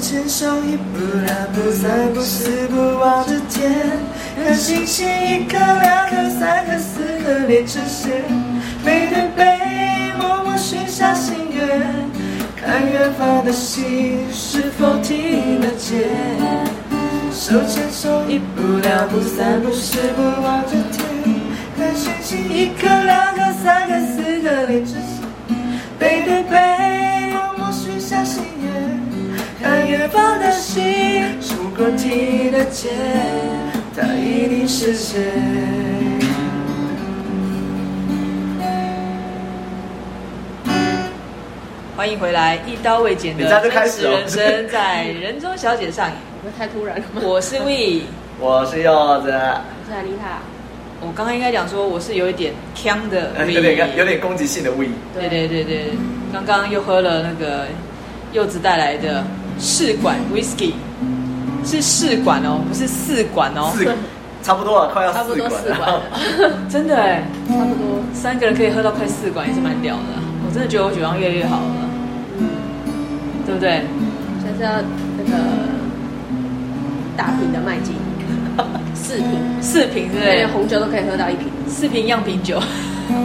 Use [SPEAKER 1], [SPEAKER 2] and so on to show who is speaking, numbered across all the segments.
[SPEAKER 1] 牵手一步两步三步四步望着天，看星星一颗两颗三颗四颗连成线，背对背默默许下心愿，看远方的心是否听得见。手牵手一步两步三步四步望着天，看星星一颗两颗三颗四颗连成线。背对背，默默许下心愿，看远方的心，如果听得见，它一定实现。
[SPEAKER 2] 欢迎回来，一刀未剪的
[SPEAKER 3] 你这样就
[SPEAKER 2] 真
[SPEAKER 3] 开始
[SPEAKER 2] 实
[SPEAKER 3] 了
[SPEAKER 2] 人生在人中小姐上演。
[SPEAKER 4] 不是太突然了吗？
[SPEAKER 2] 我是 We，
[SPEAKER 3] 我是柚子，
[SPEAKER 4] 我是安妮塔，
[SPEAKER 2] 我刚刚应该讲说我是有一点呛的
[SPEAKER 3] 呃
[SPEAKER 2] We，
[SPEAKER 3] 有点有点攻击性的 we，
[SPEAKER 2] 对对对对，刚刚又喝了那个柚子带来的试管 Whisky，是试管哦，不是四管 哦，
[SPEAKER 3] 四差不多了，快要
[SPEAKER 4] 差不
[SPEAKER 3] 四
[SPEAKER 4] 多
[SPEAKER 3] 管
[SPEAKER 4] 四 管
[SPEAKER 3] 了
[SPEAKER 4] 了。，
[SPEAKER 2] 真的哎，
[SPEAKER 4] 差不多。
[SPEAKER 2] 三个人可以喝到快四管也是蛮屌的，我真的觉得我酒量越来越好了，
[SPEAKER 4] 嗯，
[SPEAKER 2] 对不对？
[SPEAKER 4] 下次要那个大瓶的迈 进，四瓶，
[SPEAKER 2] 四瓶对不对
[SPEAKER 4] 连？红酒都可以喝到一瓶。
[SPEAKER 2] 四瓶样品酒。 嗯，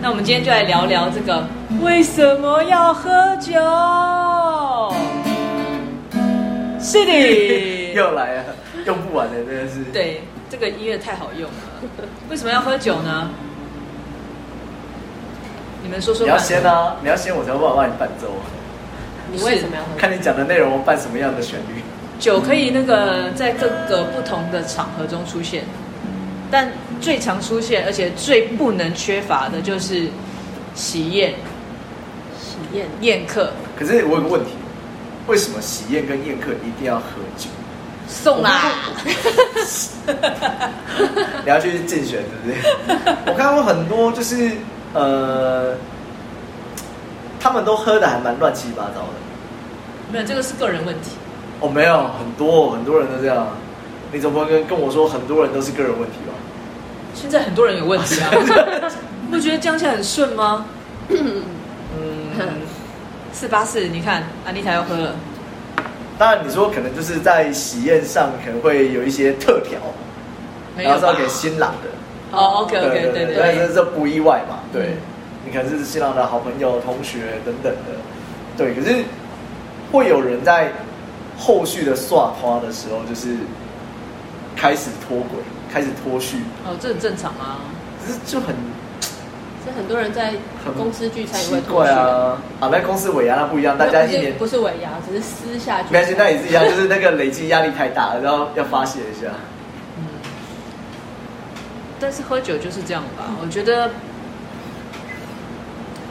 [SPEAKER 2] 那我们今天就来聊聊这个为什么要喝酒？是的，
[SPEAKER 3] 又来了，用不完的真的是。，
[SPEAKER 2] 对，这个音乐太好用了。为什么要喝酒呢？你们说说
[SPEAKER 3] 你
[SPEAKER 2] 看
[SPEAKER 3] 要。先啊，你要先，我才有办法帮你伴奏啊。
[SPEAKER 4] 你为什么要喝？
[SPEAKER 3] 看你讲的内容，我伴什么样的旋律？
[SPEAKER 2] 酒可以那个在各个不同的场合中出现，但最常出现而且最不能缺乏的就是喜宴、
[SPEAKER 4] 喜宴，
[SPEAKER 2] 宴客。
[SPEAKER 3] 可是我有个问题，为什么喜宴跟宴客一定要喝 酒？
[SPEAKER 2] 送啦！
[SPEAKER 3] 你要去竞选，对不对？我看过很多，就是呃，他们都喝的还蛮乱七八糟的。
[SPEAKER 2] 没有，这个是个人问题。
[SPEAKER 3] 哦，没有，很多很多人都这样。你怎么会跟跟我说很多人都是个人问题吧？
[SPEAKER 2] 现在很多人有问 题啊，你不觉得这样下很顺吗？
[SPEAKER 3] 嗯，
[SPEAKER 2] 四八四，你看安妮塔又喝了，
[SPEAKER 3] 当然你说可能就是在喜宴上可能会有一些特调，
[SPEAKER 2] 没
[SPEAKER 3] 然后
[SPEAKER 2] 有
[SPEAKER 3] 是要
[SPEAKER 2] 吧？
[SPEAKER 3] 给新郎的。
[SPEAKER 2] 哦，OK OK，对对嗯
[SPEAKER 3] 但
[SPEAKER 2] 对
[SPEAKER 3] 是这不意外嘛？对，你可能是新郎的好朋友、同学等等的，对。可是会有人在后续的刷花的时候，就是开始脱轨，开始脱序，
[SPEAKER 2] 哦，这很正常啊。
[SPEAKER 3] 可是就很
[SPEAKER 4] 是很多人在
[SPEAKER 3] 很
[SPEAKER 4] 公司聚餐也
[SPEAKER 3] 奇
[SPEAKER 4] 会脱
[SPEAKER 3] 怪
[SPEAKER 4] 序的。
[SPEAKER 3] 啊！啊，那公司尾牙那不一样，大家一
[SPEAKER 4] 不是
[SPEAKER 3] 年
[SPEAKER 4] 不是尾牙，只是私下聚餐。
[SPEAKER 3] 没关系，那也是一样，就是那个累积压力太大了，然后要发泄一下。
[SPEAKER 2] 嗯，但是喝酒就是这样吧，我觉得。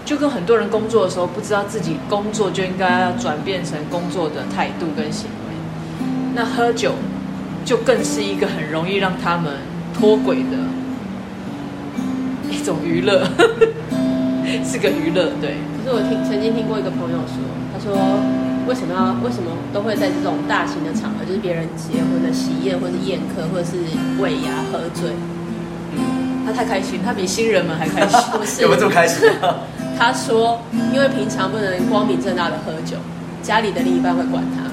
[SPEAKER 2] 就跟很多人工作的时候，不知道自己工作就应该要转变成工作的态度跟行为，那喝酒就更是一个很容易让他们脱轨的一种娱乐， 是个娱乐，对。
[SPEAKER 4] 可是我听曾经听过一个朋友说，他说为什么要为什么都会在这种大型的场合，就是别人结婚的喜宴，或是宴客，或者是尾牙喝醉，
[SPEAKER 2] 他太开心，他比新人们还开心。
[SPEAKER 4] 不是
[SPEAKER 3] 有没有这么开心啊？
[SPEAKER 4] 他说，因为平常不能光明正大的喝酒，家里的另一半会管他，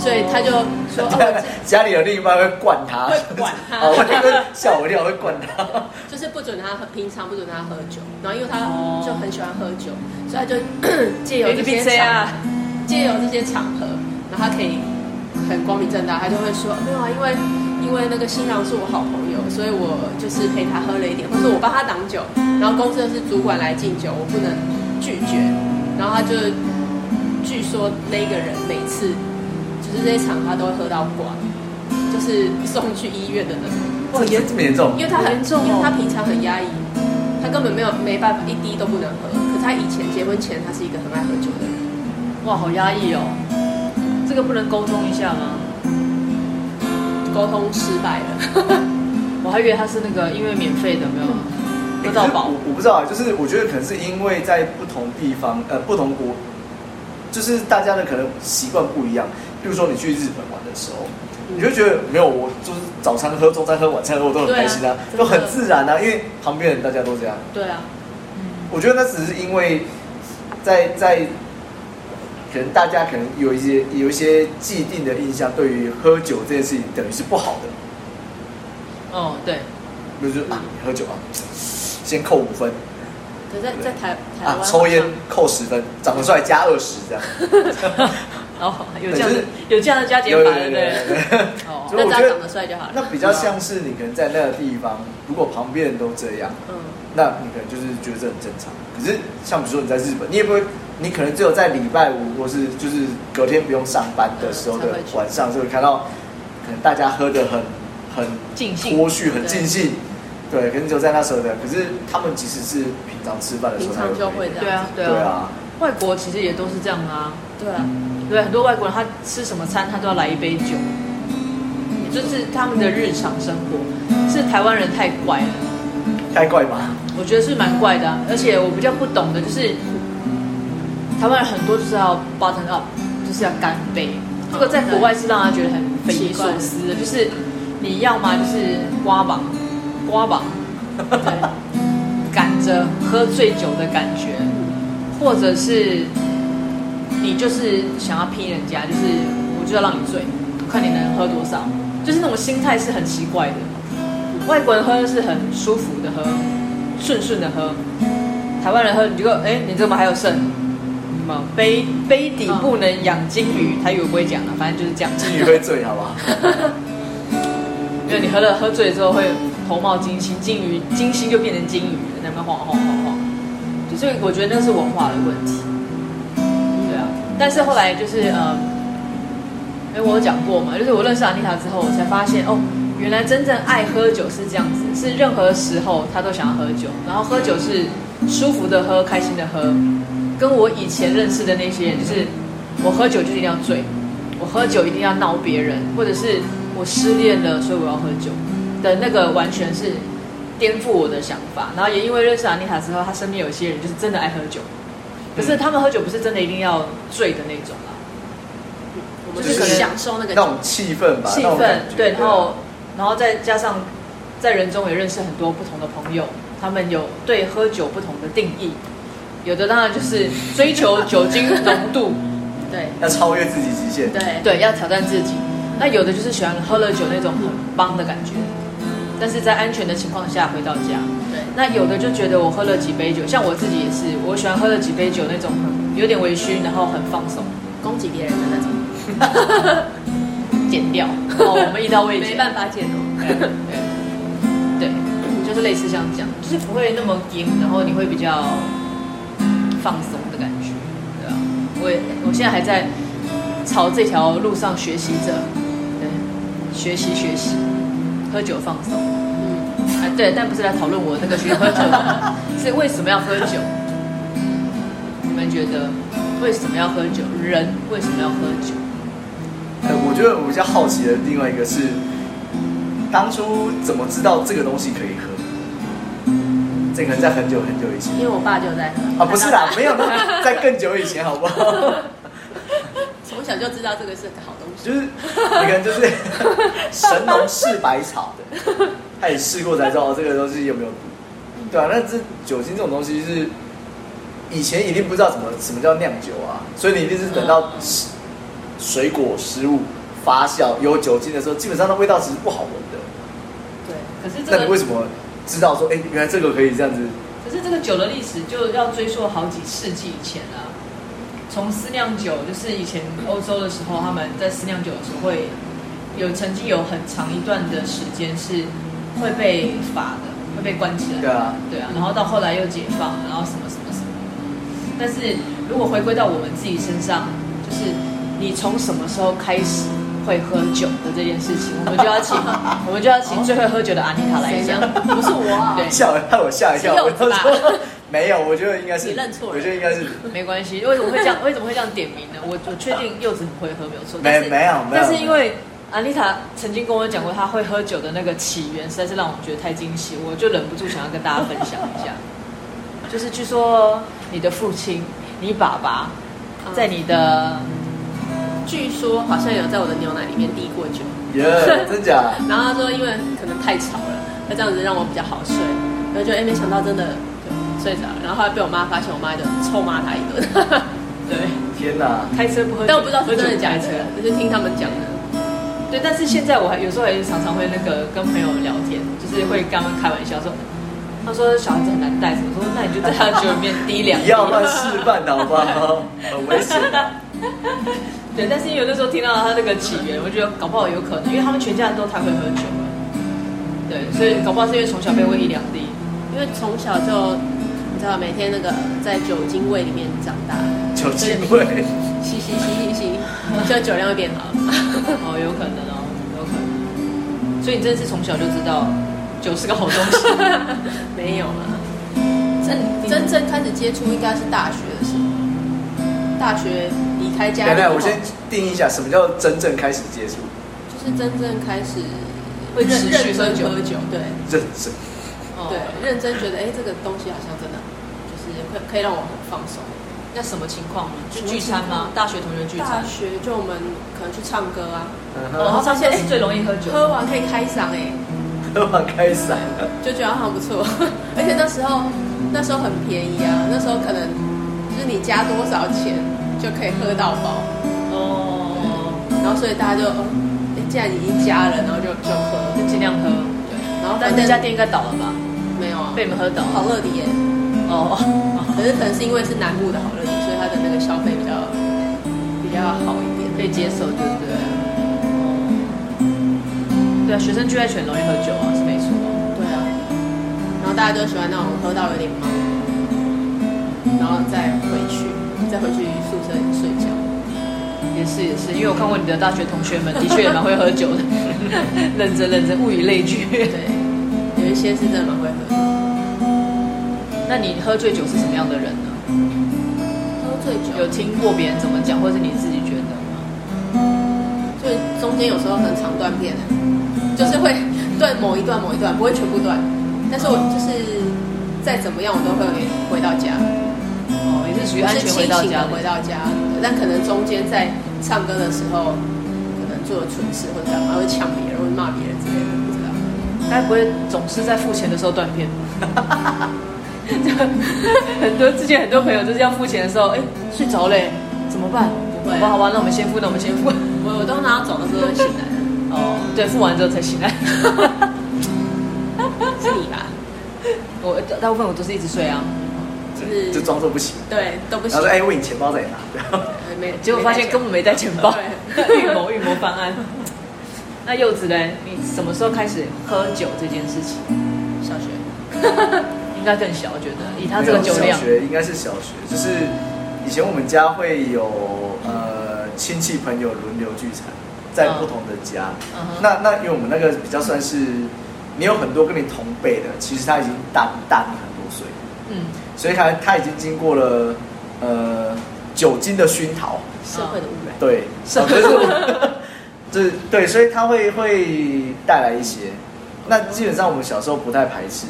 [SPEAKER 4] 所以他就说：“哦，我 这
[SPEAKER 3] 家里有另一半会灌他，
[SPEAKER 4] 会灌他
[SPEAKER 3] 啊，我觉得吓我一跳，会灌他。
[SPEAKER 4] 就是不准他喝，平常不准他喝酒。”然后因为他
[SPEAKER 2] 哦
[SPEAKER 4] 就很喜欢喝酒，所以他就 借由
[SPEAKER 2] 有
[SPEAKER 4] 这
[SPEAKER 2] 一
[SPEAKER 4] 些
[SPEAKER 2] 些
[SPEAKER 4] 场
[SPEAKER 2] 啊，
[SPEAKER 4] 借由这些场合，然后他可以很光明正大，他就会说：“没有啊，因为因为那个新郎是我好朋友，所以我就是陪他喝了一点，或者我帮他挡酒，然后公司的是主管来敬酒，我不能拒绝。”然后他就据说那个人每次就是这些场他都会喝到挂，就是送去医院的那种，
[SPEAKER 3] 哇，严这么严重
[SPEAKER 4] 因？为他很
[SPEAKER 2] 严重哦
[SPEAKER 4] 因为他平常很压抑，他根本没有没办法一滴都不能喝。可是他以前结婚前，他是一个很爱喝酒的人。
[SPEAKER 2] 哇，好压抑哦。这个不能沟通一下吗？
[SPEAKER 4] 沟通失败了。
[SPEAKER 2] 我还以为他是那个因为免费的，没
[SPEAKER 4] 嗯
[SPEAKER 2] 有喝到饱
[SPEAKER 3] 我。我不知道啊，就是我觉得可能是因为在不同地方，呃，不同国，就是大家的可能习惯不一样。比如说你去日本玩的时候，你就觉得没有我就是早餐喝、中餐喝、晚餐喝，我都很开心啊，
[SPEAKER 4] 对啊
[SPEAKER 3] 都很
[SPEAKER 4] 真的
[SPEAKER 3] 自然啊，因为旁边人大家都这样。
[SPEAKER 4] 对啊，
[SPEAKER 3] 我觉得那只是因为在在可能大家可能有一些有一些既定的印象，对于喝酒这件事情等于是不好的，
[SPEAKER 2] 哦，对，
[SPEAKER 3] 比如说啊，你喝酒啊，先扣五分
[SPEAKER 4] 可在在台台湾
[SPEAKER 3] 啊
[SPEAKER 4] 好，像
[SPEAKER 3] 抽烟扣十分，长得帅加二十这 样。
[SPEAKER 2] 哦，有这样的
[SPEAKER 3] 对
[SPEAKER 2] 有这样的加减
[SPEAKER 3] 有
[SPEAKER 2] 法，
[SPEAKER 3] 有
[SPEAKER 2] 对
[SPEAKER 3] 有
[SPEAKER 2] 不
[SPEAKER 3] 有有
[SPEAKER 2] 对？
[SPEAKER 3] 有
[SPEAKER 2] 哦
[SPEAKER 3] 就
[SPEAKER 4] 那
[SPEAKER 3] 我
[SPEAKER 4] 只
[SPEAKER 3] 觉
[SPEAKER 4] 要
[SPEAKER 3] 得
[SPEAKER 4] 长得帅就好了。
[SPEAKER 3] 那比较像是你可能在那个地方，如果旁边人都这样，
[SPEAKER 4] 嗯，
[SPEAKER 3] 那你可能就是觉得这很正常。可是像比如说你在日本，你也不会，你可能只有在礼拜五或是就是隔天不用上班的时候的
[SPEAKER 4] 嗯才会去
[SPEAKER 3] 晚上，就会看到可能大家喝的很很
[SPEAKER 2] 尽兴
[SPEAKER 3] 脱序，很
[SPEAKER 4] 对
[SPEAKER 3] 尽兴。对，可能只有在那时候的。可是他们即使是平常吃饭的时候，
[SPEAKER 4] 平常就会这样。
[SPEAKER 2] 对啊，，对
[SPEAKER 3] 对
[SPEAKER 2] 啊，
[SPEAKER 3] 啊，
[SPEAKER 2] 外国其实也都是这样啊。
[SPEAKER 4] 对啊，
[SPEAKER 2] 对，很多外国人他吃什么餐，他都要来一杯酒，就是他们的日常生活。是台湾人太怪了，
[SPEAKER 3] 太怪吧？
[SPEAKER 2] 我觉得是蛮怪的啊、而且我比较不懂的就是，台湾人很多就是要 button up，就是要干杯。这个在国外是让他觉得很匪夷所思的，就是你要嘛就是瓜吧，瓜吧，对， 赶着喝醉酒的感觉，或者是你就是想要拼人家，就是我就要让你醉，我看你能喝多少，就是那种心态是很奇怪的。外国人喝是很舒服的喝，顺顺的喝。台湾人喝，你就哎、诶你怎么还有剩？什么杯杯底不能养金鱼，台语我不会讲了，反正就是这样。
[SPEAKER 3] 金鱼会醉，好不好？
[SPEAKER 2] 因为你喝了喝醉之后会头冒金星，金鱼金星就变成金鱼了，在那边晃晃晃晃。对所以我觉得那是文化的问题。对啊，但是后来就是呃，哎，我有讲过嘛，就是我认识安妮塔之后，我才发现哦，原来真正爱喝酒是这样子，是任何时候他都想要喝酒，然后喝酒是舒服的喝，开心的喝，跟我以前认识的那些人，就是我喝酒就一定要醉，我喝酒一定要闹别人，或者是我失恋了，所以我要喝酒的那个，完全是颠覆我的想法。然后也因为认识啊安妮塔之后，她身边有些人就是真的爱喝酒，
[SPEAKER 3] 嗯
[SPEAKER 2] 可是他们喝酒不是真的一定要醉的那种啊。
[SPEAKER 4] 我们
[SPEAKER 2] 就是
[SPEAKER 4] 去
[SPEAKER 2] 可能
[SPEAKER 4] 享受那个
[SPEAKER 3] 那种气氛吧，
[SPEAKER 2] 气
[SPEAKER 3] 那种
[SPEAKER 2] 氛
[SPEAKER 3] 感觉，
[SPEAKER 2] 对，然后然后再加上在人中也认识很多不同的朋友，他们有对喝酒不同的定义，有的当然就是追求酒精浓度，
[SPEAKER 4] 对
[SPEAKER 3] 要超越自己极限。
[SPEAKER 4] 对
[SPEAKER 2] 对，要挑战自己；那有的就是喜欢喝了酒那种很棒的感觉，但是在安全的情况下回到家。
[SPEAKER 4] 对，
[SPEAKER 2] 那有的就觉得我喝了几杯酒，像我自己也是，我喜欢喝了几杯酒那种很有点微醺，然后很放松，
[SPEAKER 4] 攻击别人的那种，
[SPEAKER 2] 减掉。哦，我们一刀 未剪。
[SPEAKER 4] 没办法解读。
[SPEAKER 2] 对，就是类似像这样，就是不会那么硬，然后你会比较放松的感觉，对啊。我也我现在还在朝这条路上学习着，对，学习学习，喝酒放松
[SPEAKER 4] 嗯，
[SPEAKER 2] 啊，对，但不是来讨论我那个学喝酒 的，是为什么要喝酒？你们觉得为什么要喝酒？人为什么要喝酒？
[SPEAKER 3] 呃，我觉得我比较好奇的另外一个是，当初怎么知道这个东西可以喝？这可能在很久很久以前
[SPEAKER 4] 因为我爸就在喝
[SPEAKER 3] 啊，不是 啦，没有那在更久以前，好不好？
[SPEAKER 4] 从小就知道这个是个好东西。
[SPEAKER 3] 就是你可能就是 神农试百草的，他也试过才知道这个东西有没有毒，
[SPEAKER 4] 嗯
[SPEAKER 3] 对啊，那这酒精这种东西是以前一定不知道怎么什么叫酿酒啊，所以你一定是等到
[SPEAKER 4] 嗯
[SPEAKER 3] 食水果食物发酵有酒精的时候，基本上那味道其实不好闻的。
[SPEAKER 4] 对，
[SPEAKER 2] 可是这
[SPEAKER 3] 那你
[SPEAKER 2] 个
[SPEAKER 3] 为什么知道说，哎、原来这个可以这样子？
[SPEAKER 2] 可是这个酒的历史就要追溯好几世纪以前啊。从私酿酒，就是以前欧洲的时候，他们在私酿酒的时候会有曾经有很长一段的时间是会被罚的，会被关
[SPEAKER 4] 嗯
[SPEAKER 2] 起来。
[SPEAKER 3] 对啊，
[SPEAKER 2] 对啊，然后到后来又解放，然后什么什么什么。但是如果回归到我们自己身上，就是你从什么时候开始会喝酒的这件事情，我们 就要请我们就要请最会喝酒的阿妮塔来
[SPEAKER 4] 谁
[SPEAKER 2] 讲
[SPEAKER 4] 呢。？不是我啊。
[SPEAKER 2] 对
[SPEAKER 3] 吓我，害我吓一跳。
[SPEAKER 4] 是柚
[SPEAKER 3] 我
[SPEAKER 4] 子
[SPEAKER 3] 就
[SPEAKER 4] 吧
[SPEAKER 3] 说没有，我觉得应该是
[SPEAKER 4] 你认错人
[SPEAKER 3] 我觉得应该 是
[SPEAKER 2] 没关系，为什么会这样？ 为什么会这样点名呢？我我确定柚子很会喝，没有错。
[SPEAKER 3] 没
[SPEAKER 2] 但是
[SPEAKER 3] 没有没有
[SPEAKER 2] 但是因为安妮塔曾经跟我讲过，她会喝酒的那个起源，实在是让我觉得太惊喜，我就忍不住想要跟大家分享一下。 就是据说你的父亲，你爸爸，
[SPEAKER 4] 嗯
[SPEAKER 2] 在你的
[SPEAKER 4] 据说好像有在我的牛奶里面滴过酒，
[SPEAKER 3] 耶真假？
[SPEAKER 4] 然后他说因为可能太吵了，那这样子让我比较好睡，然后就哎没 想到真的对睡着了，然后后来被我妈发现，我妈就臭骂他一顿。
[SPEAKER 2] 对，
[SPEAKER 3] 天哪！
[SPEAKER 2] 开车不喝酒，
[SPEAKER 4] 但我不知道是
[SPEAKER 2] 喝酒
[SPEAKER 4] 真的假
[SPEAKER 2] 开
[SPEAKER 4] 的
[SPEAKER 2] 车。，
[SPEAKER 4] 我就听他们讲的。
[SPEAKER 2] 对，但是现在我还有时候还是常常会那个跟朋友聊天，就是会跟他们开玩笑说，他说小孩子很难带，什么我说那你就在他的酒 里面滴两
[SPEAKER 3] 不
[SPEAKER 2] 滴。
[SPEAKER 3] 要乱示范的好不好？很危险的。
[SPEAKER 2] 对，但是因为有的时候听到他那个起源，我觉得搞不好有可能，因为他们全家人都太会喝酒了。对，所以搞不好是因为从小被喂一两滴。
[SPEAKER 4] 因为从小就你知道每天那个在酒精味里面长大，
[SPEAKER 3] 酒精 味，
[SPEAKER 4] 吸吸吸吸吸，就酒量会变好。
[SPEAKER 2] 哦，有可能哦，有可能。所以你真的是从小就知道酒是个好东西。
[SPEAKER 4] 没有啦，真真正开始接触应该是大学的时候，大学离开家
[SPEAKER 3] 等
[SPEAKER 4] 以
[SPEAKER 3] 等，
[SPEAKER 4] 后，
[SPEAKER 3] 我先定义一下，什么叫真正开始接触？
[SPEAKER 4] 就是真正开始
[SPEAKER 2] 会
[SPEAKER 4] 认
[SPEAKER 2] 持续
[SPEAKER 4] 认
[SPEAKER 2] 喝
[SPEAKER 4] 真
[SPEAKER 2] 酒
[SPEAKER 4] 喝酒，对
[SPEAKER 3] 认真。
[SPEAKER 4] 对，
[SPEAKER 2] 哦
[SPEAKER 4] 认真觉得哎、这个东西好像真的就是可可以让我很放松。
[SPEAKER 2] 那什么情况呢？就
[SPEAKER 4] 什么
[SPEAKER 2] 聚餐吗？大学同学聚
[SPEAKER 4] 大
[SPEAKER 2] 餐。
[SPEAKER 4] 学就我们可能去唱歌啊，
[SPEAKER 3] 嗯
[SPEAKER 2] 哦，
[SPEAKER 3] 哼，
[SPEAKER 2] 他们是最容易喝酒的。
[SPEAKER 4] 喝完可以开嗓哎、
[SPEAKER 3] 喝完开伞了。
[SPEAKER 4] 就觉得好像不错， 而且那时候那时候很便宜啊，那时候可能就是你加多少钱就可以喝到饱，
[SPEAKER 2] 哦，
[SPEAKER 4] 然后所以大家就，哦诶既然你一家人，然后就就喝，
[SPEAKER 2] 就尽量喝。
[SPEAKER 4] 然后
[SPEAKER 2] 但
[SPEAKER 4] 反
[SPEAKER 2] 那
[SPEAKER 4] 正
[SPEAKER 2] 家店应该倒了吧？
[SPEAKER 4] 没有啊，
[SPEAKER 2] 被你们喝倒了。
[SPEAKER 4] 好乐迪耶，
[SPEAKER 2] 哦，
[SPEAKER 4] 可是可能是因为是南部的好乐迪，所以它的那个消费比较比较好一点，
[SPEAKER 2] 可以接受，对不对？哦对啊，学生聚在一起很容易喝酒啊，是没错。
[SPEAKER 4] 对啊，然后大家就喜欢那种喝到有点忙，然后再回去，再回去宿舍睡觉。
[SPEAKER 2] 也是也是，因为我看过你的大学同学 们，的确也蛮会喝酒的， 认真认真，物以类聚。
[SPEAKER 4] 对，有一些是真的蛮会喝的，
[SPEAKER 2] 那你喝醉酒是什么样的人呢？
[SPEAKER 4] 喝醉酒
[SPEAKER 2] 有听过别人怎么讲，或是你自己觉得吗？
[SPEAKER 4] 就中间有时候很长断片的，就是会断某一段某一段，不会全部断。但是我就是再怎么样，我都会回到家，
[SPEAKER 2] 哦，也是属于安
[SPEAKER 4] 是
[SPEAKER 2] 全
[SPEAKER 4] 清
[SPEAKER 2] 回到
[SPEAKER 4] 醒
[SPEAKER 2] 家
[SPEAKER 4] 的
[SPEAKER 2] 的
[SPEAKER 4] 回到家。对但可能中间在唱歌的时候，可能做了蠢事或者干嘛，会呛别人，会骂别人之类的，不知道。
[SPEAKER 2] 该不会总是在付钱的时候断片 吧？很多之前很多朋友就是要付钱的时候，哎、睡着嘞、怎么办？
[SPEAKER 4] 不会
[SPEAKER 2] 好吧，好吧，那我们先付，那我们先付。
[SPEAKER 4] 我我都拿走的时候会醒来，
[SPEAKER 2] 哦，对，付完之后才 醒来。
[SPEAKER 4] 是你吧？
[SPEAKER 2] 我大部分我都是一直睡啊，
[SPEAKER 4] 就是
[SPEAKER 3] 就装作不行。
[SPEAKER 4] 对，都不
[SPEAKER 3] 然
[SPEAKER 4] 行
[SPEAKER 3] 后说：“。哎，问你钱包在 哪？”对
[SPEAKER 4] 呃没
[SPEAKER 2] 结果发现根本没带钱包，
[SPEAKER 4] 对
[SPEAKER 2] 预谋预谋方案。那柚子嘞，你什么时候开始喝酒这件事情？
[SPEAKER 4] 小 学，
[SPEAKER 2] 应该更小，我觉得以他这个酒量
[SPEAKER 3] 小，学应该是小学，就是以前我们家会有呃亲戚朋友轮流聚餐，在不同的家。
[SPEAKER 2] 嗯哼
[SPEAKER 3] 那那因为我们那个比较算是，你有很多跟你同辈的，其实他已经大大你很多岁，
[SPEAKER 2] 嗯，
[SPEAKER 3] 所以他他已经经过了呃酒精的熏陶，
[SPEAKER 4] 社会的污染。
[SPEAKER 3] 对，
[SPEAKER 2] 是
[SPEAKER 3] 哦就是我 就是对，所以他会会带来一些。那基本上我们小时候不太排斥，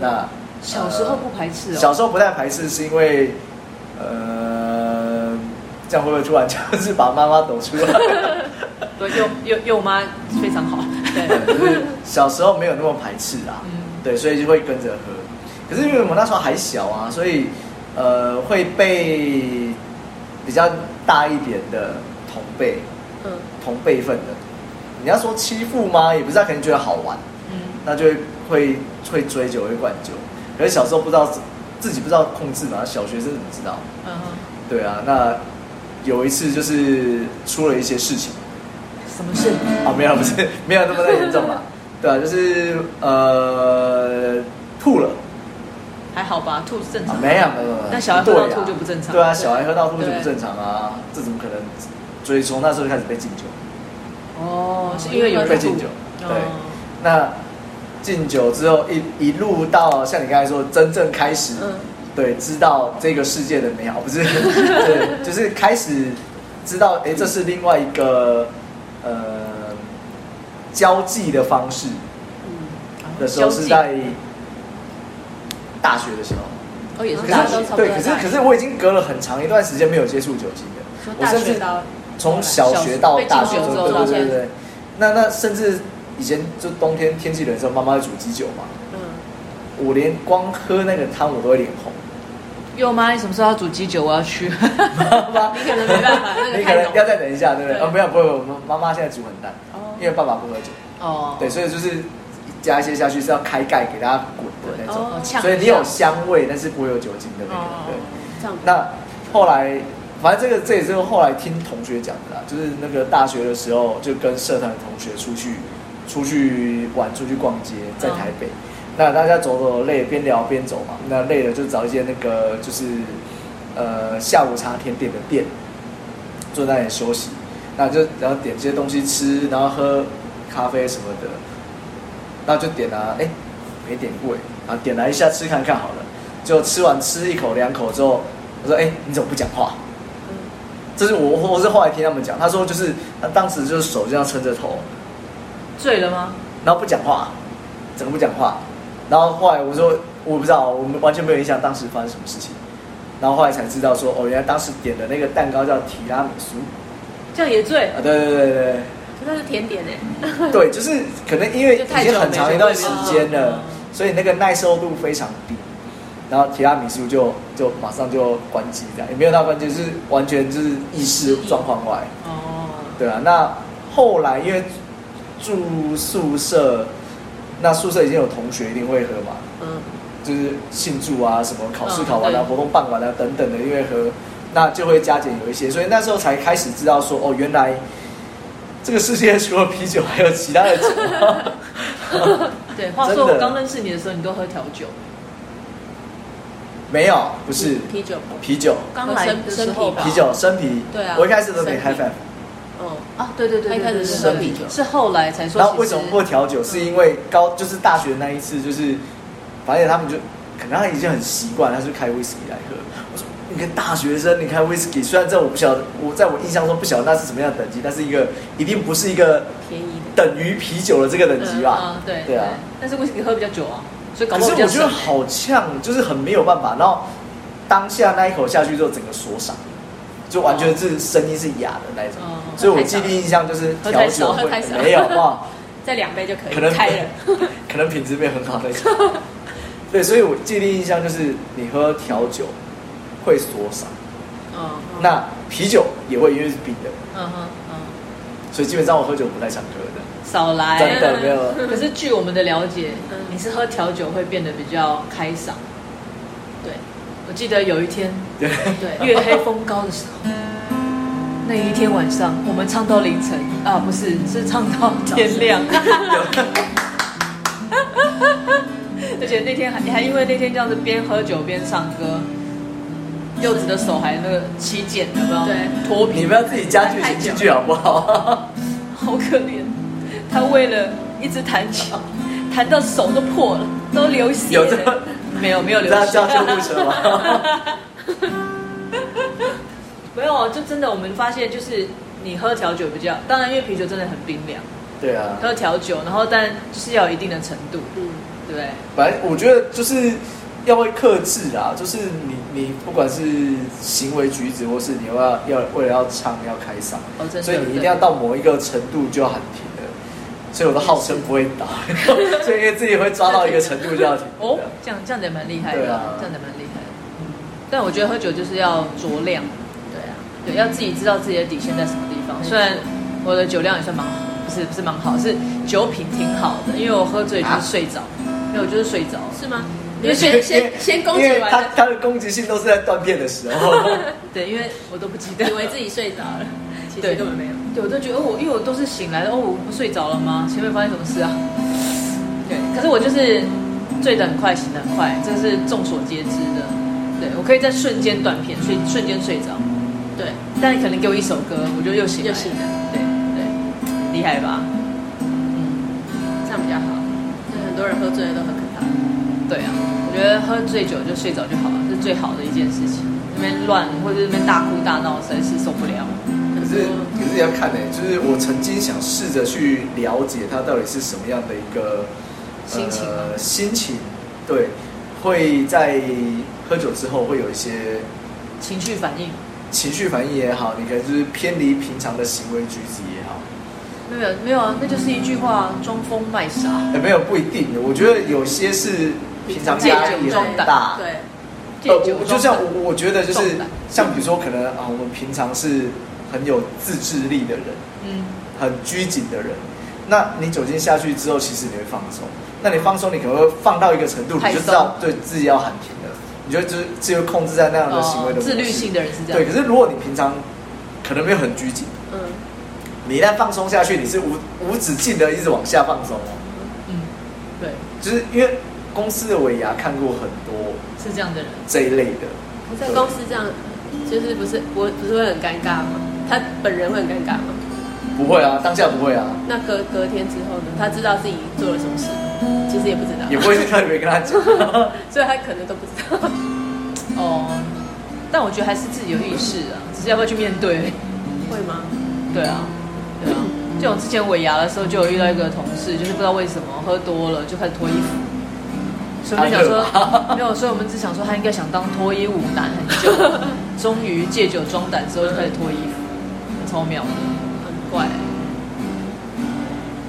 [SPEAKER 3] 那
[SPEAKER 2] 嗯
[SPEAKER 3] 呃
[SPEAKER 2] 小时候不排斥哦。
[SPEAKER 3] 小时候不太排斥是因为呃，这样会不会突然 就是把妈妈抖出来？
[SPEAKER 2] 对，幼幼幼妈非常好。
[SPEAKER 3] 对 就是小时候没有那么排斥啦，
[SPEAKER 2] 嗯
[SPEAKER 3] 对，所以就会跟着喝。可是因为我们那时候还小啊，所以呃会被比较大一点的同辈
[SPEAKER 4] 嗯，
[SPEAKER 3] 同辈分的，你要说欺负吗？也不是，他可能觉得好玩，
[SPEAKER 2] 嗯，
[SPEAKER 3] 那就会会会追酒，会灌酒。可是小时候不知道自自己不知道控制嘛，小学生怎么知道？
[SPEAKER 2] 嗯哼，
[SPEAKER 3] 对啊，那有一次就是出了一些事情
[SPEAKER 2] 什么事？
[SPEAKER 3] 啊，没有，不是没有那么严重 啦。对啊，就是呃吐了
[SPEAKER 2] 还好吧，吐是正
[SPEAKER 3] 啊
[SPEAKER 2] 常，。
[SPEAKER 3] 没有没有没有，
[SPEAKER 2] 那小孩喝
[SPEAKER 3] 对
[SPEAKER 2] 到
[SPEAKER 3] 啊
[SPEAKER 2] 吐就不正常
[SPEAKER 3] 对啊，小孩喝到吐就
[SPEAKER 2] 对
[SPEAKER 3] 不正常啊，这怎么可能？所以从那时候就开始被敬酒，
[SPEAKER 2] 哦，是因为有人
[SPEAKER 3] 被
[SPEAKER 2] 吐
[SPEAKER 3] 敬酒，对。
[SPEAKER 2] 哦
[SPEAKER 3] 那敬酒之后一一路到像你刚才说，真正开始，
[SPEAKER 4] 嗯
[SPEAKER 3] 对，知道这个世界的美好，不是， 对，就是开始知道，哎，这是另外一个呃交际的方式
[SPEAKER 4] 嗯
[SPEAKER 3] 的时候是在大学的时候。
[SPEAKER 2] 哦，也是
[SPEAKER 4] 可
[SPEAKER 2] 大
[SPEAKER 3] 可
[SPEAKER 2] 学
[SPEAKER 4] 都
[SPEAKER 3] 是
[SPEAKER 4] 差不多
[SPEAKER 3] 对，可是
[SPEAKER 4] 嗯大学
[SPEAKER 3] 可是我已经隔了很长一段时间没有接触酒精的
[SPEAKER 4] 说，
[SPEAKER 3] 我
[SPEAKER 4] 大
[SPEAKER 3] 甚
[SPEAKER 4] 学
[SPEAKER 3] 至
[SPEAKER 4] 到
[SPEAKER 3] 从小学到大学
[SPEAKER 2] 被禁酒之后
[SPEAKER 3] 对
[SPEAKER 2] 到
[SPEAKER 3] 对
[SPEAKER 2] 现
[SPEAKER 3] 对
[SPEAKER 2] 在
[SPEAKER 3] 对，那那甚至以前就冬天天气冷的时候，妈妈会煮鸡酒嘛，
[SPEAKER 4] 嗯，
[SPEAKER 3] 我连光喝那个汤我都会脸红，
[SPEAKER 2] 佑妈，你什么时候要煮鸡酒？我 要去。
[SPEAKER 3] 妈，
[SPEAKER 4] 你可能没办法，那
[SPEAKER 3] 你可
[SPEAKER 4] 个太
[SPEAKER 3] 能
[SPEAKER 4] 浓
[SPEAKER 3] 要再等一下，对不对？
[SPEAKER 4] 对
[SPEAKER 3] 啊，没有，不会，我们妈妈现在煮很淡，
[SPEAKER 4] 哦
[SPEAKER 3] 因为爸爸不喝酒，
[SPEAKER 2] 哦，
[SPEAKER 3] 对，所以就是加一些下去是要开盖给大家滚的那种，
[SPEAKER 4] 哦
[SPEAKER 2] 呛
[SPEAKER 3] 所以你有香味，但是不会有酒精的那个，
[SPEAKER 2] 哦
[SPEAKER 3] 对。
[SPEAKER 4] 这样
[SPEAKER 3] 那后来，反正这个这也是后来听同学讲的啦，就是那个大学的时候就跟社团的同学出去出去玩、出去逛街，在台北。
[SPEAKER 2] 哦
[SPEAKER 3] 那大家走走累，边聊边走嘛。那累了就找一些那个就是呃下午茶甜点的店，坐在那里休息。那就然后点些东西吃，然后喝咖啡什么的。那就点啊，哎、没点过哎，然后点来一下吃看看好了。就吃完吃一口两口之后，我说：“哎、你怎么不讲话？”这是我我是后来听他们讲，他说就是他当时就是手这样撑着头，
[SPEAKER 2] 醉了吗？
[SPEAKER 3] 然后不讲话，整个不讲话。然后后来我说我不知道，我们完全没有印象当时发生什么事情。然后后来才知道说哦，原来当时点的那个蛋糕叫提拉米苏
[SPEAKER 2] 这样也醉？
[SPEAKER 3] 啊，对对对对
[SPEAKER 4] 那是甜点哎，
[SPEAKER 3] 对，对，就是可能因为
[SPEAKER 2] 欸 就
[SPEAKER 3] 已
[SPEAKER 2] 太
[SPEAKER 3] 经
[SPEAKER 2] 久
[SPEAKER 3] 很
[SPEAKER 2] 没
[SPEAKER 3] 长一
[SPEAKER 2] 吃
[SPEAKER 3] 段
[SPEAKER 2] 过
[SPEAKER 3] 时
[SPEAKER 2] 了
[SPEAKER 3] 间了
[SPEAKER 2] 嗯，
[SPEAKER 3] 所以那个耐受度非常低。然后提拉米苏就就马上就关机这样，也没有到关机，就是完全就是意识状况外。
[SPEAKER 2] 哦，
[SPEAKER 3] 对啊，那后来因为住宿舍，那宿舍已经有同学一定会喝嘛，
[SPEAKER 4] 嗯，
[SPEAKER 3] 就是庆祝啊，什么考试
[SPEAKER 2] 嗯
[SPEAKER 3] 考完啊，
[SPEAKER 2] 对
[SPEAKER 3] 活动办完啊等等的，因为喝，那就会加减有一些，所以那时候才开始知道说，哦，原来这个世界除了啤酒还有其他的酒。
[SPEAKER 2] 对。话
[SPEAKER 3] 真
[SPEAKER 2] 说
[SPEAKER 3] 的
[SPEAKER 2] 我刚认识你的时候，你都喝调酒，
[SPEAKER 3] 没有，不是
[SPEAKER 4] 啤酒，
[SPEAKER 3] 啤酒，
[SPEAKER 2] 刚来的时候吧
[SPEAKER 3] 啤。酒生啤。
[SPEAKER 4] 对啊
[SPEAKER 3] 我一开始都没
[SPEAKER 4] 生啤
[SPEAKER 3] high five。
[SPEAKER 4] 嗯，
[SPEAKER 2] 啊，对对对，对
[SPEAKER 4] 他一开始
[SPEAKER 2] 对
[SPEAKER 4] 是
[SPEAKER 2] 对
[SPEAKER 3] 喝
[SPEAKER 2] 对
[SPEAKER 4] 啤酒
[SPEAKER 2] 是后来才说。
[SPEAKER 3] 然后为
[SPEAKER 2] 其
[SPEAKER 3] 什
[SPEAKER 2] 实
[SPEAKER 3] 么不调酒？是因为高就是大学那一次，就是反正他们就可能他已经很习惯，他就开 whisky 来喝。我说你个大学生，你开 whisky，虽然在我不晓得，我在我印象中不晓得那是什么样的等级，但是一个一定不是一个
[SPEAKER 4] 便宜的，
[SPEAKER 3] 等于啤酒的这个等级吧？
[SPEAKER 2] 嗯，对
[SPEAKER 3] 对啊。
[SPEAKER 2] 但是为什么喝比较久啊？所以搞
[SPEAKER 3] 可
[SPEAKER 2] 不好
[SPEAKER 3] 是
[SPEAKER 2] 比较
[SPEAKER 3] 我觉得
[SPEAKER 2] 省。
[SPEAKER 3] 好呛，就是很没有办法。然后当下那一口下去之后，整个锁嗓，就完全是声音是哑的那一种。
[SPEAKER 2] 哦
[SPEAKER 3] 所以我记忆印象就是
[SPEAKER 2] 喝
[SPEAKER 3] 调
[SPEAKER 2] 太少
[SPEAKER 3] 酒
[SPEAKER 4] 喝太少
[SPEAKER 3] 会没有好不好？
[SPEAKER 4] 再两杯就可以
[SPEAKER 3] 可能
[SPEAKER 4] 开了。
[SPEAKER 3] 可能品质没有很好那种。 对，所以我记忆印象就是，你喝调酒会缩嗓，
[SPEAKER 2] 嗯
[SPEAKER 3] 那啤酒也会因为是冰的，
[SPEAKER 2] 嗯哼嗯，
[SPEAKER 3] 所以基本上我喝酒不太想喝
[SPEAKER 2] 少来。
[SPEAKER 3] 的，真的没有。
[SPEAKER 2] 可是据我们的了解
[SPEAKER 4] 嗯，
[SPEAKER 2] 你是喝调酒会变得比较开嗓。
[SPEAKER 4] 对
[SPEAKER 2] 我记得有一天
[SPEAKER 3] 对，
[SPEAKER 4] 对，
[SPEAKER 2] 月黑风高的时候，那一天晚上我们唱到凌晨啊，不是，是唱到天亮。 而且那天还还因为那天这样子边喝酒边唱歌，柚子的手还那个起茧，有没有？
[SPEAKER 4] 对
[SPEAKER 2] 脱皮
[SPEAKER 3] 你们要自己加剧情进去好不好？
[SPEAKER 2] 好可怜，他为了一直弹琴，弹到手都破了，都流血
[SPEAKER 3] 有这么
[SPEAKER 2] 了。没有没有
[SPEAKER 3] 你
[SPEAKER 2] 流
[SPEAKER 3] 知道
[SPEAKER 2] 血
[SPEAKER 3] 叫，救护车吗？
[SPEAKER 2] 没有，就真的我们发现就是你喝调酒比较，当然因为啤酒真的很冰凉，
[SPEAKER 3] 对啊，
[SPEAKER 2] 喝调酒，然后但就是要有一定的程度，
[SPEAKER 4] 嗯，
[SPEAKER 2] 对不对？
[SPEAKER 3] 反正我觉得就是要会克制啊，就是你你不管是行为举止，或是你要不要要为了要唱要开嗓，
[SPEAKER 2] 哦，真的。
[SPEAKER 3] 所以你一定要到某一个程度就要喊停了。所以我都号称不会打，所以因为自己会抓到一个程度就要停
[SPEAKER 2] 对。
[SPEAKER 3] 哦
[SPEAKER 2] 哦，，这样这样子也蛮厉害
[SPEAKER 3] 对
[SPEAKER 2] 的，
[SPEAKER 3] 啊嗯
[SPEAKER 2] 这样子也蛮厉害的。但我觉得喝酒就是要酌量，
[SPEAKER 4] 对啊，
[SPEAKER 3] 嗯
[SPEAKER 2] 对，要自己知道自己的底线在什么地方。
[SPEAKER 4] 没错
[SPEAKER 2] 虽然我的酒量也算蛮，不是不是蛮好，是酒品挺好的，因为我喝
[SPEAKER 3] 啊
[SPEAKER 2] 醉就是睡着，因为我就是睡着。
[SPEAKER 4] 是吗？
[SPEAKER 2] 因
[SPEAKER 3] 因
[SPEAKER 4] 你们
[SPEAKER 2] 为
[SPEAKER 3] 为
[SPEAKER 4] 先先先攻击
[SPEAKER 3] 因为他
[SPEAKER 4] 完了，
[SPEAKER 3] 他的攻击性都是在断片的时候。
[SPEAKER 2] 对，因为我都不记 得，
[SPEAKER 4] 以为自己睡着了，其
[SPEAKER 2] 对
[SPEAKER 4] 实根本没有。
[SPEAKER 2] 对，我都觉得哦我因为我都是醒来的，哦，我不睡着了吗？前面发生什么事啊？对，可是我就是醉得很快，醒得很快，这是众所皆知的。对，我可以在瞬间断片，睡瞬间睡着，
[SPEAKER 4] 对，
[SPEAKER 2] 但可能给我一首歌，我就又醒
[SPEAKER 4] 嗯
[SPEAKER 2] 来
[SPEAKER 4] 又醒
[SPEAKER 2] 了。对对，厉害吧？嗯，
[SPEAKER 4] 这样比较好。对，很多人喝醉了都很可怕。
[SPEAKER 2] 对啊，我觉得喝醉酒就睡着就好了，是最好的一件事情。那边乱或者是那边大哭大闹，实在是受不了。
[SPEAKER 3] 可
[SPEAKER 4] 很
[SPEAKER 3] 是
[SPEAKER 4] 多
[SPEAKER 3] 可是也要看呢、就是我曾经想试着去了解他到底是什么样的一个
[SPEAKER 2] 心情吗
[SPEAKER 3] 呃、心情对，会在喝酒之后会有一些
[SPEAKER 2] 情绪反应，
[SPEAKER 3] 情绪反应也好，你可能就是偏离平常的行为举止也好。
[SPEAKER 2] 没有没有啊，那就是一句话，装疯卖傻。
[SPEAKER 3] 哎，没有不一定，我觉得有些是平常
[SPEAKER 2] 借
[SPEAKER 3] 压
[SPEAKER 2] 酒
[SPEAKER 3] 力
[SPEAKER 2] 壮
[SPEAKER 3] 很
[SPEAKER 2] 胆
[SPEAKER 3] 大，
[SPEAKER 4] 对，借
[SPEAKER 3] 呃，
[SPEAKER 4] 酒
[SPEAKER 3] 我就像
[SPEAKER 4] 装
[SPEAKER 3] 我我觉得就是
[SPEAKER 4] 重感
[SPEAKER 3] 像比如说可能啊，我们平常是很有自制力的人，
[SPEAKER 2] 嗯，
[SPEAKER 3] 很拘谨的人，那你酒精下去之后，其实你会放松。那你放松，你可能会放到一个程度，
[SPEAKER 2] 太
[SPEAKER 3] 你就
[SPEAKER 2] 松
[SPEAKER 3] 知
[SPEAKER 2] 哦
[SPEAKER 3] 道对自己要喊停了，你就就是只有控制在那样的行为的、
[SPEAKER 2] 自律性。的人是这样，
[SPEAKER 3] 对，可是如果你平常可能没有很拘谨，
[SPEAKER 4] 嗯，
[SPEAKER 3] 你一旦放松下去，你是无无止境的一直往下放松哦。
[SPEAKER 2] 嗯，对，
[SPEAKER 3] 就是因为公司的尾牙看过很多
[SPEAKER 2] 是这样的人，
[SPEAKER 3] 这一类的，
[SPEAKER 4] 我在公司这样，就是不是我不是会很尴尬吗？他本人会很尴尬吗？
[SPEAKER 2] 嗯
[SPEAKER 3] 不会啊，当下不会啊，
[SPEAKER 4] 那隔隔天之后呢？他知道自己做了什么事吗，其实也不知道，
[SPEAKER 3] 也不会去特别跟他 讲。
[SPEAKER 2] 啊
[SPEAKER 4] 所以他可能都不知道。
[SPEAKER 2] 哦，但我觉得还是自己有意识啊，只是要不要去面对，
[SPEAKER 4] 会吗？
[SPEAKER 2] 对啊，对啊，就我之前尾牙的时候就有遇到一个同事，就是不知道为什么喝多了就开始脱衣服。所以我们想说，没有，所以我们只想说他应该想当脱衣舞男很 久，终于借酒装胆之后就开始脱衣服，超妙的。
[SPEAKER 4] 很怪、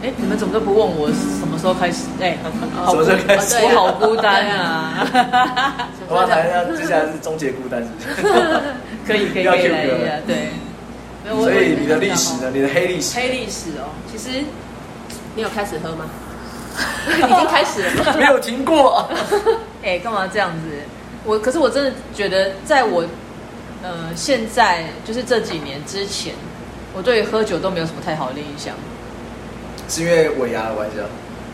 [SPEAKER 2] 哎，你们怎么都不问我什么时候开始？哎，好
[SPEAKER 3] 什么时候开始
[SPEAKER 2] 我 好孤单啊！
[SPEAKER 3] 我要谈一下，接下来是终结孤单，是不是？
[SPEAKER 2] 可以可以
[SPEAKER 3] 不要
[SPEAKER 2] 可以
[SPEAKER 3] cue
[SPEAKER 2] 来
[SPEAKER 3] 歌
[SPEAKER 2] 一下，对。没有我
[SPEAKER 3] 所以
[SPEAKER 2] 我
[SPEAKER 3] 你的历史呢？你的黑历史？
[SPEAKER 2] 黑历史哦，其实
[SPEAKER 4] 你有开始喝 吗？已经开始了吗？
[SPEAKER 3] 没有停过。
[SPEAKER 2] 哎，干嘛这样子？我可是我真的觉得，在我呃现在就是这几年之前，我对于喝酒都没有什么太好的印象。
[SPEAKER 3] 是因为尾牙的关系啊，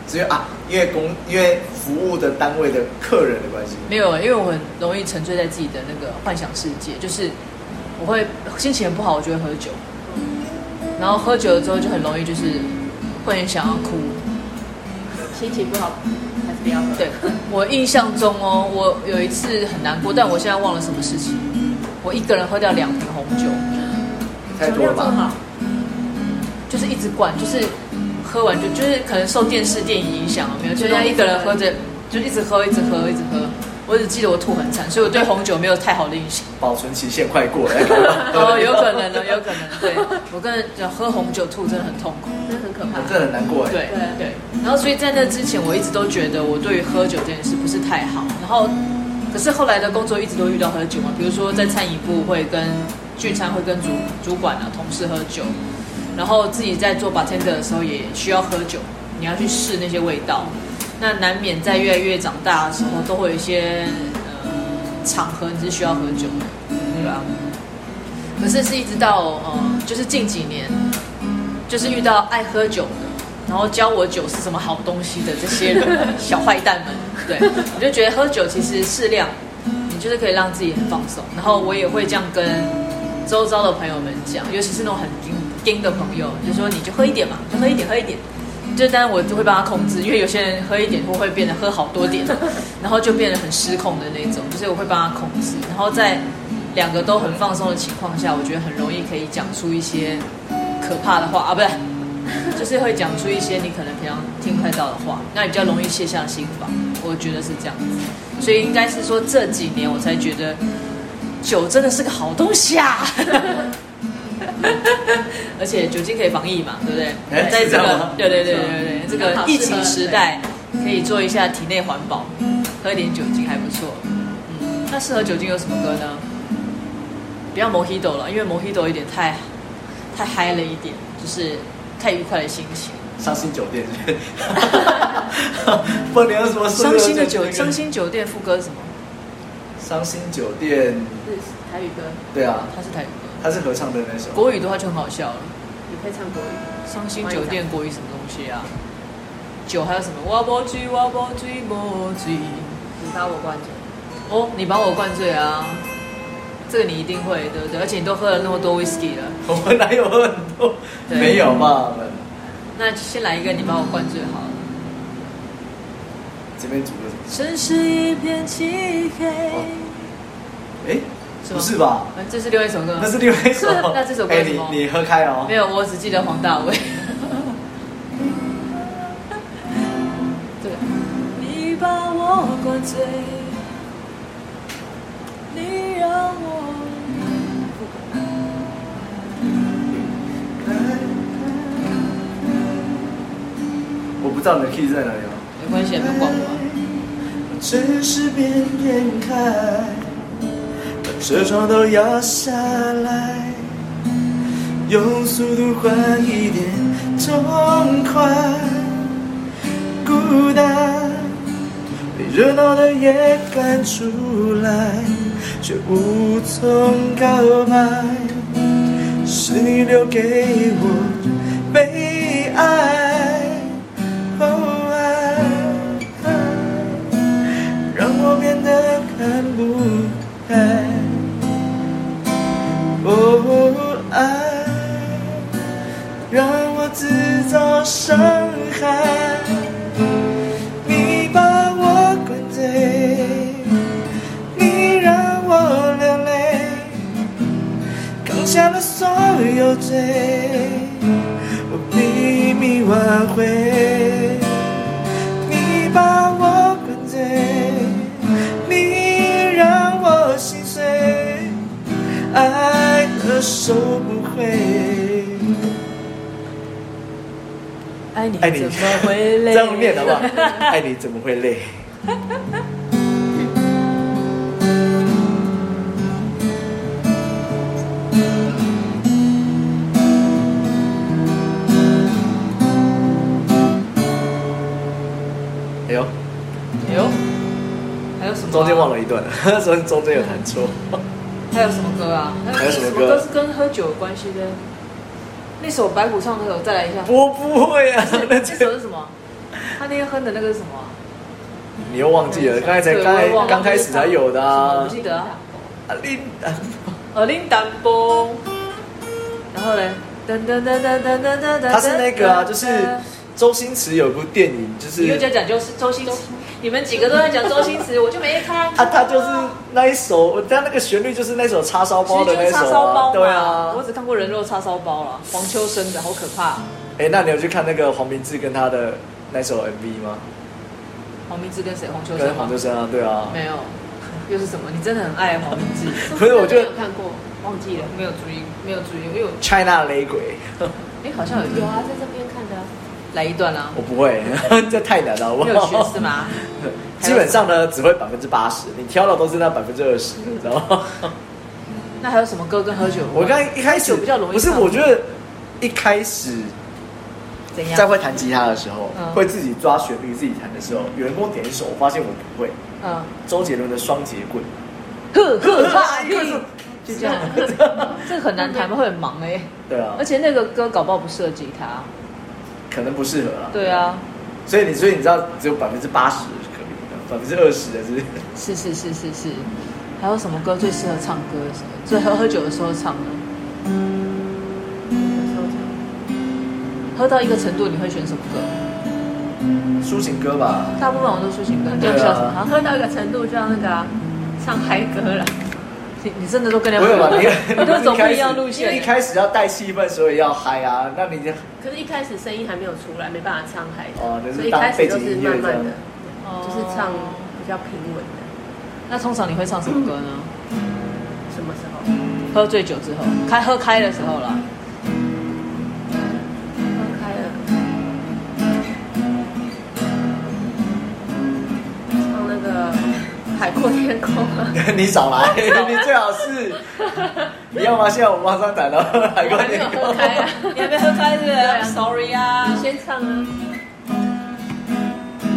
[SPEAKER 3] 是因为啊，因为公因为服务的单位的客人的关系，
[SPEAKER 2] 没有，因为我很容易沉醉在自己的那个幻想世界，就是我会心情很不好，我就会喝酒，然后喝酒了之后就很容易就是会很想要哭。
[SPEAKER 4] 心情不好还是不要喝。
[SPEAKER 2] 对我印象中哦，我有一次很难过，但我现在忘了什么事情。我一个人喝掉两瓶红酒，
[SPEAKER 3] 太多了吧？
[SPEAKER 2] 就是一直灌，就是喝完就就是可能受电视电影影响了没有，就
[SPEAKER 4] 对啊
[SPEAKER 2] 是一个人喝着就一直喝一直喝一直喝。我只记得我吐很惨，所以我对红酒没有太好的印象。
[SPEAKER 3] 保存期限快 过了，
[SPEAKER 2] 哦，有可能的，有可能。对我跟人讲，喝红酒吐真的很痛苦。
[SPEAKER 4] 那很可怕
[SPEAKER 3] 真。的很难过哎。
[SPEAKER 2] 对
[SPEAKER 4] 对
[SPEAKER 2] 对。然后，所以在那之前，我一直都觉得我对于喝酒这件事不是太好。然后，可是后来的工作一直都遇到喝酒嘛，比如说在餐饮部会跟聚餐会跟主主管啊、同事喝酒，然后自己在做 bartender 的时候也需要喝酒，你要去试那些味道。那难免在越来越长大的时候，都会有一些呃场合你是需要喝酒的，对吧？可是是一直到呃，就是近几年，就是遇到爱喝酒的，然后教我酒是什么好东西的这些人小坏蛋们，对，我就觉得喝酒其实适量，你就是可以让自己很放松。然后我也会这样跟周遭的朋友们讲，尤其是那种很盯盯的朋友，就说你就喝一点嘛，就喝一点，喝一点。就当然我就会帮他控制，因为有些人喝一点或会变得喝好多 点，然后就变得很失控的那种，就是我会帮他控制。然后在两个都很放松的情况下，我觉得很容易可以讲出一些可怕的话啊，不对，就是 会讲出一些你可能平常听不太到的话，那你比较容易卸下心防。我觉得是这样子，所以应该是说这几年我才觉得酒真的是个好东 西啊。而且酒精可以防疫嘛，对不
[SPEAKER 3] 哎
[SPEAKER 2] 对？在
[SPEAKER 3] 是
[SPEAKER 2] 这
[SPEAKER 3] 这样
[SPEAKER 2] 个
[SPEAKER 3] 吗
[SPEAKER 2] 对对对对对对这个
[SPEAKER 4] 嗯很好
[SPEAKER 2] 疫情
[SPEAKER 4] 适合
[SPEAKER 2] 时代，可以做一下体内环保，喝点酒精还不错。嗯，那适合酒精有什么歌呢？不要 Mojito 了，因为 Mojito 有点太太嗨了一点，就是太愉快的心 情。
[SPEAKER 3] 伤心酒店 是不是，不然你有什么适合
[SPEAKER 2] 伤心的酒
[SPEAKER 3] 那，个
[SPEAKER 2] 伤心酒店副歌是什么？
[SPEAKER 3] 伤心酒店，
[SPEAKER 4] 是台语歌，
[SPEAKER 3] 对啊，
[SPEAKER 2] 它是台语歌，
[SPEAKER 3] 他是合唱的那首，
[SPEAKER 2] 国语的话就很好笑了。
[SPEAKER 4] 你会唱国语？
[SPEAKER 2] 伤心酒店国语什么东西啊？酒还有什么？我不醉，我不醉，不醉。
[SPEAKER 4] 你把我关着。
[SPEAKER 2] 哦，你把我灌醉啊！这个你一定会，对不对？而且你都喝了那么多 whisky 了，
[SPEAKER 3] 我们哪有喝很多？
[SPEAKER 2] 对
[SPEAKER 3] 没有嘛，我们
[SPEAKER 2] 那先来一个你把我灌醉好了。
[SPEAKER 3] 这边组的什么？
[SPEAKER 2] 城市一片漆黑，
[SPEAKER 3] 哎，
[SPEAKER 2] 是吗
[SPEAKER 3] 不是吧？
[SPEAKER 2] 呃这是另外一首歌。。
[SPEAKER 3] 那是另外一首
[SPEAKER 2] 那这首歌
[SPEAKER 3] 哎，
[SPEAKER 2] 是什
[SPEAKER 3] 你
[SPEAKER 2] 么
[SPEAKER 3] 你喝开哦
[SPEAKER 2] 没。有，我只记得黄大炜。对，你把我灌醉，你让我
[SPEAKER 3] 我不知道你的 key 在哪里哦。
[SPEAKER 2] 没关系，没有管我啊。
[SPEAKER 3] 哦我
[SPEAKER 1] 只是边边开，
[SPEAKER 3] 哦
[SPEAKER 1] 把车窗都摇下来，用速度换一点痛快，孤单被热闹的夜赶出来，却无从告白，是你留给我的悲哀。哦爱爱让我变得看不开。哦，爱让我制造伤害，你把我灌醉，你让我流泪，扛下了所有罪。我拼命挽回。你把我灌醉，你让我心碎，爱的收不回。
[SPEAKER 2] 爱你
[SPEAKER 3] 爱你
[SPEAKER 2] 怎么会 累？
[SPEAKER 3] 这样念好不好？爱你怎么会累？哎呦，
[SPEAKER 2] 哎呦，还有什么、啊
[SPEAKER 3] 中间忘。了一段 了，所以中间有弹错。
[SPEAKER 2] 还有什么歌啊？
[SPEAKER 3] 还有什么歌
[SPEAKER 2] 是跟喝酒有关系的？那首白骨唱那首，再来一下。
[SPEAKER 3] 我不会啊，那
[SPEAKER 2] 那首是什么？他那天哼的那个是什么啊？
[SPEAKER 3] 你又忘记了，刚才才
[SPEAKER 2] 对
[SPEAKER 3] 刚才
[SPEAKER 2] 我忘了
[SPEAKER 3] 刚开始才有的
[SPEAKER 2] 我
[SPEAKER 3] 啊
[SPEAKER 2] 不。记得啊。
[SPEAKER 3] 啊，你啊
[SPEAKER 2] 耳铃单波，然后嘞，噔噔噔噔噔噔噔噔，
[SPEAKER 3] 他是那个啊，就是周星驰有部电影，就是
[SPEAKER 2] 你又在讲就是周星驰，你们几个都在讲周星 驰，我就没看
[SPEAKER 3] 啊，他就是那一首，他那个旋律就是那首叉烧
[SPEAKER 2] 其
[SPEAKER 3] 包
[SPEAKER 2] 实
[SPEAKER 3] 的
[SPEAKER 2] 就
[SPEAKER 3] 那
[SPEAKER 2] 是叉
[SPEAKER 3] 首、
[SPEAKER 2] 烧包
[SPEAKER 3] 啊，
[SPEAKER 2] 嘛，
[SPEAKER 3] 对啊
[SPEAKER 2] 我。只看过人肉叉烧包了，黄秋生的好可怕，
[SPEAKER 3] 哎、那你有去看那个黄明志跟他的那首 MV 吗？
[SPEAKER 2] 黄明志跟谁？黄秋
[SPEAKER 3] 跟
[SPEAKER 2] 生
[SPEAKER 3] 黄
[SPEAKER 2] 吗
[SPEAKER 3] 秋？生啊，对啊。
[SPEAKER 2] 没有，又是什么？你真的很爱黄明志，
[SPEAKER 3] 可是我觉得
[SPEAKER 4] 没有看过，忘记了。
[SPEAKER 2] 没有注意，没有注意，因为我
[SPEAKER 3] China 雷鬼，
[SPEAKER 2] 哎好像有
[SPEAKER 4] 有啊，在这边看的啊。
[SPEAKER 2] 来一段啊，
[SPEAKER 3] 我不会， 这太难了，好不
[SPEAKER 2] 没有学
[SPEAKER 3] 好
[SPEAKER 2] 是？吗？
[SPEAKER 3] 基本上呢，只会百分之八十，你挑的都是那百分之二十，你知道吗？
[SPEAKER 2] 那还有什么歌跟喝酒有关？
[SPEAKER 3] 我刚才一开始
[SPEAKER 2] 喝酒比较容易
[SPEAKER 3] 不是，
[SPEAKER 2] 唱
[SPEAKER 3] 我觉得一开始
[SPEAKER 2] 怎样？
[SPEAKER 3] 在会弹吉他的时候，
[SPEAKER 2] 嗯
[SPEAKER 3] 会自己抓旋律自己弹的时候，有人跟我点一首，我发现我不会，
[SPEAKER 2] 嗯，
[SPEAKER 3] 周杰伦的《双节棍》。
[SPEAKER 2] 呵 呵哈
[SPEAKER 3] 啊一个是
[SPEAKER 2] 就这样，这个很难弹，会很忙哎、
[SPEAKER 3] 对啊
[SPEAKER 2] 而，且那个歌搞不好不适合吉他。
[SPEAKER 3] 可能不适合啦。
[SPEAKER 2] 对啊，
[SPEAKER 3] 所以你所以你知道只有百分之八十可以，百分之二十的是
[SPEAKER 2] 是是是是是。还有什么歌最适合唱歌的时候？最喝喝酒的时候唱呢？喝到一个程度，你会选什么歌？嗯
[SPEAKER 3] 抒情歌吧？
[SPEAKER 2] 大部分我都抒情歌，你
[SPEAKER 3] 对
[SPEAKER 2] 要
[SPEAKER 3] 啊
[SPEAKER 2] 笑什么？
[SPEAKER 4] 然
[SPEAKER 2] 啊
[SPEAKER 4] 后喝到一个程度，就要那个啊唱嗨歌了。
[SPEAKER 2] 你你真的都跟人
[SPEAKER 3] 不
[SPEAKER 2] 家
[SPEAKER 3] 用吧？你
[SPEAKER 2] 你都走
[SPEAKER 3] 你
[SPEAKER 2] 不
[SPEAKER 3] 开
[SPEAKER 2] 一
[SPEAKER 3] 始
[SPEAKER 2] 样路线
[SPEAKER 3] 一。开始要带气氛，所以要嗨啊！那你就
[SPEAKER 4] 可是，一开始声音还没有出来，没办法唱嗨的，
[SPEAKER 3] 哦那是
[SPEAKER 4] 所以一开始都是慢
[SPEAKER 3] 当背景
[SPEAKER 4] 慢
[SPEAKER 3] 音乐
[SPEAKER 4] 的，
[SPEAKER 2] 哦
[SPEAKER 4] 就是唱比较平稳的。
[SPEAKER 2] 那通常你会唱什么歌呢？
[SPEAKER 4] 什么时候？
[SPEAKER 3] 嗯
[SPEAKER 2] 喝醉酒之后，开喝开的时候啦。
[SPEAKER 4] 放开了，唱那个《海阔天空》啊。
[SPEAKER 3] 你少 来，你最好是你要吗？现在我马上弹了，海
[SPEAKER 4] 我
[SPEAKER 3] 哥
[SPEAKER 4] 还没有喝开啊，
[SPEAKER 2] 你还没喝开是不是、
[SPEAKER 4] 啊
[SPEAKER 2] s o r r y 啊
[SPEAKER 4] 你。先唱啊。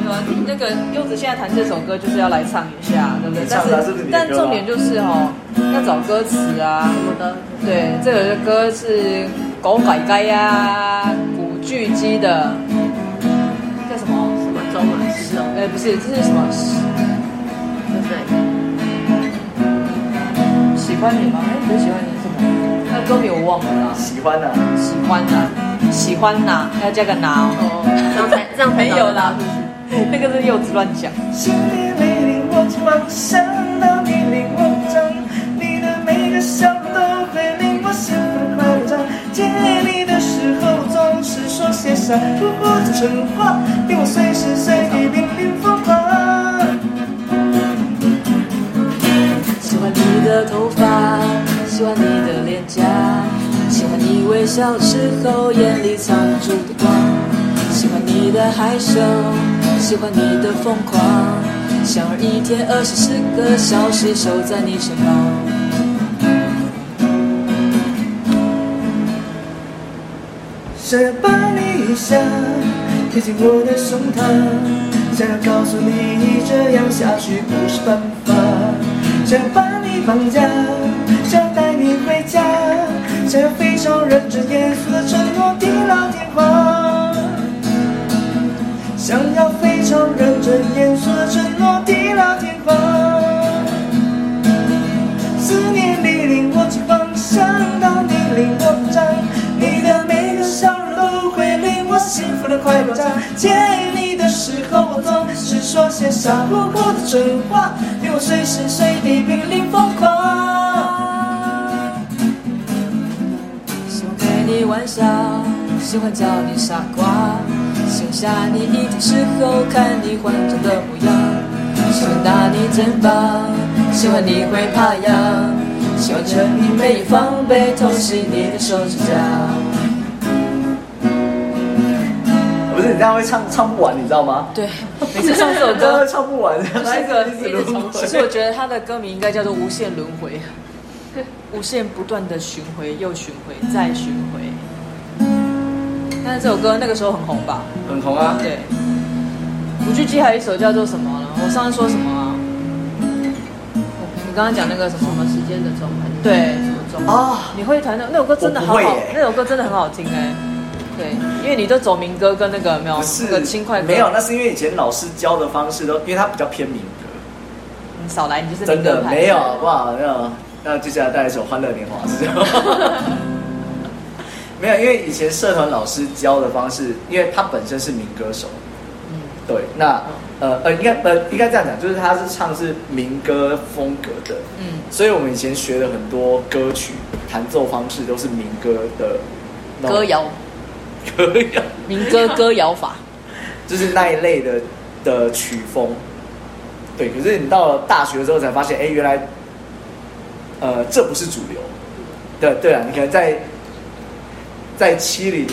[SPEAKER 2] 对啊，那个柚子现在弹这首歌就是要来唱一下，对不对？
[SPEAKER 3] 你
[SPEAKER 2] 但
[SPEAKER 3] 唱的是不是你的
[SPEAKER 2] 但
[SPEAKER 3] 歌啊
[SPEAKER 2] 重点就是哦，要找歌词啊。
[SPEAKER 4] 什么的，
[SPEAKER 2] 对，这个歌是狗改改呀，古巨基的叫什么？
[SPEAKER 4] 什么钟啊，石钟，
[SPEAKER 2] 呃，不是，这是什么？喜
[SPEAKER 4] 就是那个
[SPEAKER 2] 喜欢你吗？哎，不是喜欢你是什么？那歌名我忘了啦。
[SPEAKER 3] 喜欢啊，
[SPEAKER 2] 喜欢呐、喜欢呐、要加个呐、哦。
[SPEAKER 4] 哦，这样才这样才
[SPEAKER 2] 没有啦
[SPEAKER 4] 找得到是不是？
[SPEAKER 2] 那个是柚子乱讲。
[SPEAKER 1] 心里没令我狂想，到你令我疼，你的每个笑容都会令我十分夸张。见你的时候总是说些傻不过的蠢话，令我随时随地濒临疯狂。
[SPEAKER 2] 喜欢你的头发，喜欢你的脸颊，喜欢你微笑时候眼里藏住的光，喜欢你的害羞，喜欢你的疯狂，像儿一天二十四个小时守在你身旁。
[SPEAKER 1] 想要抱你一下，贴近我的胸膛，想要告诉你这样下去不是办法，想要把你绑架，想要带你回家，想要非常认真严肃的承诺地老天荒，想要非常认真严肃的承诺地老天荒。思念你令我去方向，当你令我长，你的每个笑容都会令我幸福的快乐长。见你的时候，我总是说些傻乎乎的蠢话，令我随时随地濒临疯狂。
[SPEAKER 2] 想陪你玩笑，喜欢叫你傻瓜，想吓你一跳时候看你慌张的模样，喜欢打你肩膀，喜欢你会怕痒，喜欢趁你没有防备偷袭你的手指甲。
[SPEAKER 3] 不是你这样会唱唱不完，你知道吗？
[SPEAKER 2] 对，每次唱这首歌
[SPEAKER 3] 歌，唱不完，
[SPEAKER 2] 就是一个
[SPEAKER 3] 一直轮回
[SPEAKER 2] 其实我觉得他的歌名应该叫做《无限轮回》，无限不断的巡回，又巡回，再巡回。但是这首歌那个时候很红吧？
[SPEAKER 3] 很红啊。
[SPEAKER 2] 对，古巨基还有一首叫做什么呢？我上次说什么啊？你刚刚讲那个什么？
[SPEAKER 4] 什么时间的钟还是
[SPEAKER 2] 对，
[SPEAKER 4] 什么钟？
[SPEAKER 3] 啊，
[SPEAKER 2] 你会弹的那首歌真的好
[SPEAKER 3] 我不
[SPEAKER 2] 好
[SPEAKER 3] 会耶，
[SPEAKER 2] 那首歌真的很好听哎。对，因为你都走民歌跟那个有没有
[SPEAKER 3] 不
[SPEAKER 2] 那
[SPEAKER 3] 是
[SPEAKER 2] 个轻快歌，
[SPEAKER 3] 没有，那是因为以前老师教的方式都，因为它比较偏民歌，
[SPEAKER 2] 你嗯少来，你就是
[SPEAKER 3] 真
[SPEAKER 2] 民歌
[SPEAKER 3] 的
[SPEAKER 2] 派
[SPEAKER 3] 没有，好不好？没有。那接下来带一首《欢乐年华》是这 样。没有，因为以前社团老师教的方式，因为他本身是民歌手，
[SPEAKER 2] 嗯
[SPEAKER 3] 对，那呃呃，应该呃应该这样讲，就是他是唱是民歌风格的，
[SPEAKER 2] 嗯。
[SPEAKER 3] 所以我们以前学的很多歌曲弹奏方式都是民歌的那种
[SPEAKER 2] 歌谣、
[SPEAKER 3] 歌谣，
[SPEAKER 2] 民歌歌谣法，
[SPEAKER 3] 就是那一类的的曲风。对，可是你到了大学之后才发现，哎，原来呃这不是主流。对对啊，你可能在在七零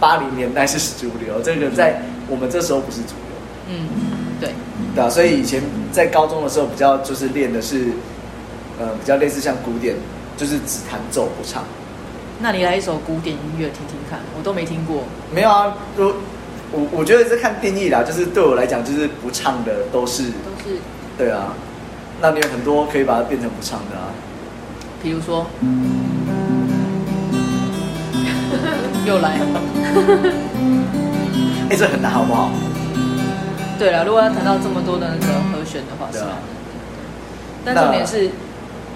[SPEAKER 3] 八零年代是主流，这个在我们这时候不是主流。
[SPEAKER 2] 嗯，对，
[SPEAKER 3] 对啊，所以以前在高中的时候比较就是练的是，呃，比较类似像古典，就是只弹奏不唱。
[SPEAKER 2] 那你来一首古典音乐听听看，我都没听过。
[SPEAKER 3] 没有啊，如我我觉得是看定义啦，就是对我来讲，就是不唱的都是
[SPEAKER 4] 都是
[SPEAKER 3] 对啊。那你有很多可以把它变成不唱的啊。
[SPEAKER 2] 比如说， 又来了。
[SPEAKER 3] 哎，这很难好不好？
[SPEAKER 2] 对了，如果要谈到这么多的那个和弦的话，是
[SPEAKER 3] 对
[SPEAKER 2] 吧
[SPEAKER 3] 啊？
[SPEAKER 2] 但重点是，